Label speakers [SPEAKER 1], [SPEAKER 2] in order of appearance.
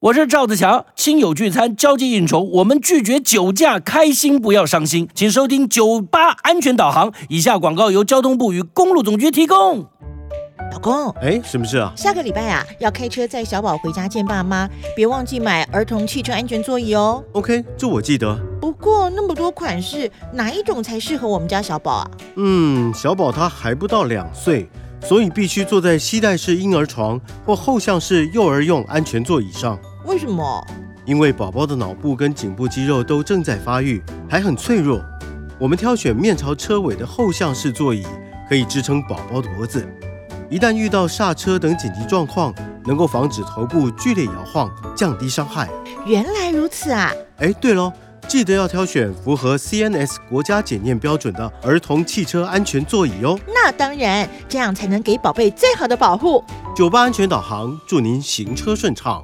[SPEAKER 1] 我是赵子强，亲友聚餐、交际应酬，我们拒绝酒驾，开心不要伤心。请收听《酒吧安全导航》，以下广告由交通部与公路总局提供。
[SPEAKER 2] 老公，
[SPEAKER 3] 哎，什么事啊？
[SPEAKER 2] 下个礼拜啊要开车载小宝回家见爸妈，别忘记买儿童汽车安全座椅哦。
[SPEAKER 3] OK，这我记得。
[SPEAKER 2] 不过那么多款式，哪一种才适合我们家小宝啊？
[SPEAKER 3] 嗯，小宝他还不到两岁，所以必须坐在膝带式婴儿床或后向式幼儿用安全座椅上，
[SPEAKER 2] 为什么？
[SPEAKER 3] 因为宝宝的脑部跟颈部肌肉都正在发育，还很脆弱。我们挑选面朝车尾的后向式座椅，可以支撑宝宝的脖子。一旦遇到刹车等紧急状况，能够防止头部剧烈摇晃，降低伤害。
[SPEAKER 2] 原来如此啊！
[SPEAKER 3] 哎，对喽，记得要挑选符合 CNS 国家检验标准的儿童汽车安全座椅哦。
[SPEAKER 2] 那当然，这样才能给宝贝最好的保护。
[SPEAKER 3] 酒吧安全导航，祝您行车顺畅。